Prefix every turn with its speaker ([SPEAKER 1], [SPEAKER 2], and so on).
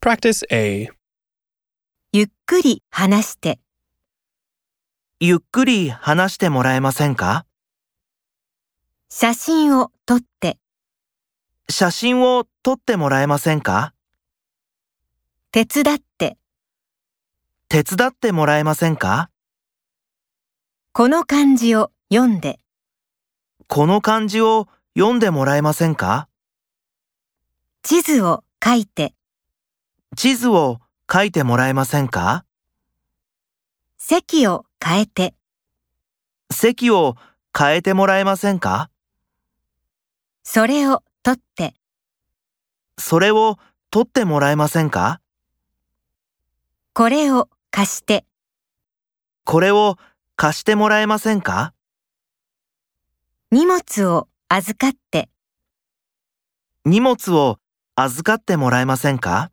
[SPEAKER 1] Practice A.
[SPEAKER 2] ゆっくり話して、
[SPEAKER 3] ゆっくり話してもらえませんか
[SPEAKER 2] 写真を撮って、
[SPEAKER 3] 写真を撮ってもらえませんか
[SPEAKER 2] 手伝って、
[SPEAKER 3] 手伝ってもらえませんか
[SPEAKER 2] この漢字を読んで、
[SPEAKER 3] この漢字を読んでもらえませんか
[SPEAKER 2] 地図を書いて、
[SPEAKER 3] 地図を書いてもらえませんか
[SPEAKER 2] 席を変えて、
[SPEAKER 3] 席を変えてもらえませんか
[SPEAKER 2] それを撮って、
[SPEAKER 3] それを取ってもらえませんか
[SPEAKER 2] これを貸して、
[SPEAKER 3] これを貸してもらえませんか
[SPEAKER 2] 荷物を預かって、
[SPEAKER 3] 荷物を預かってもらえませんか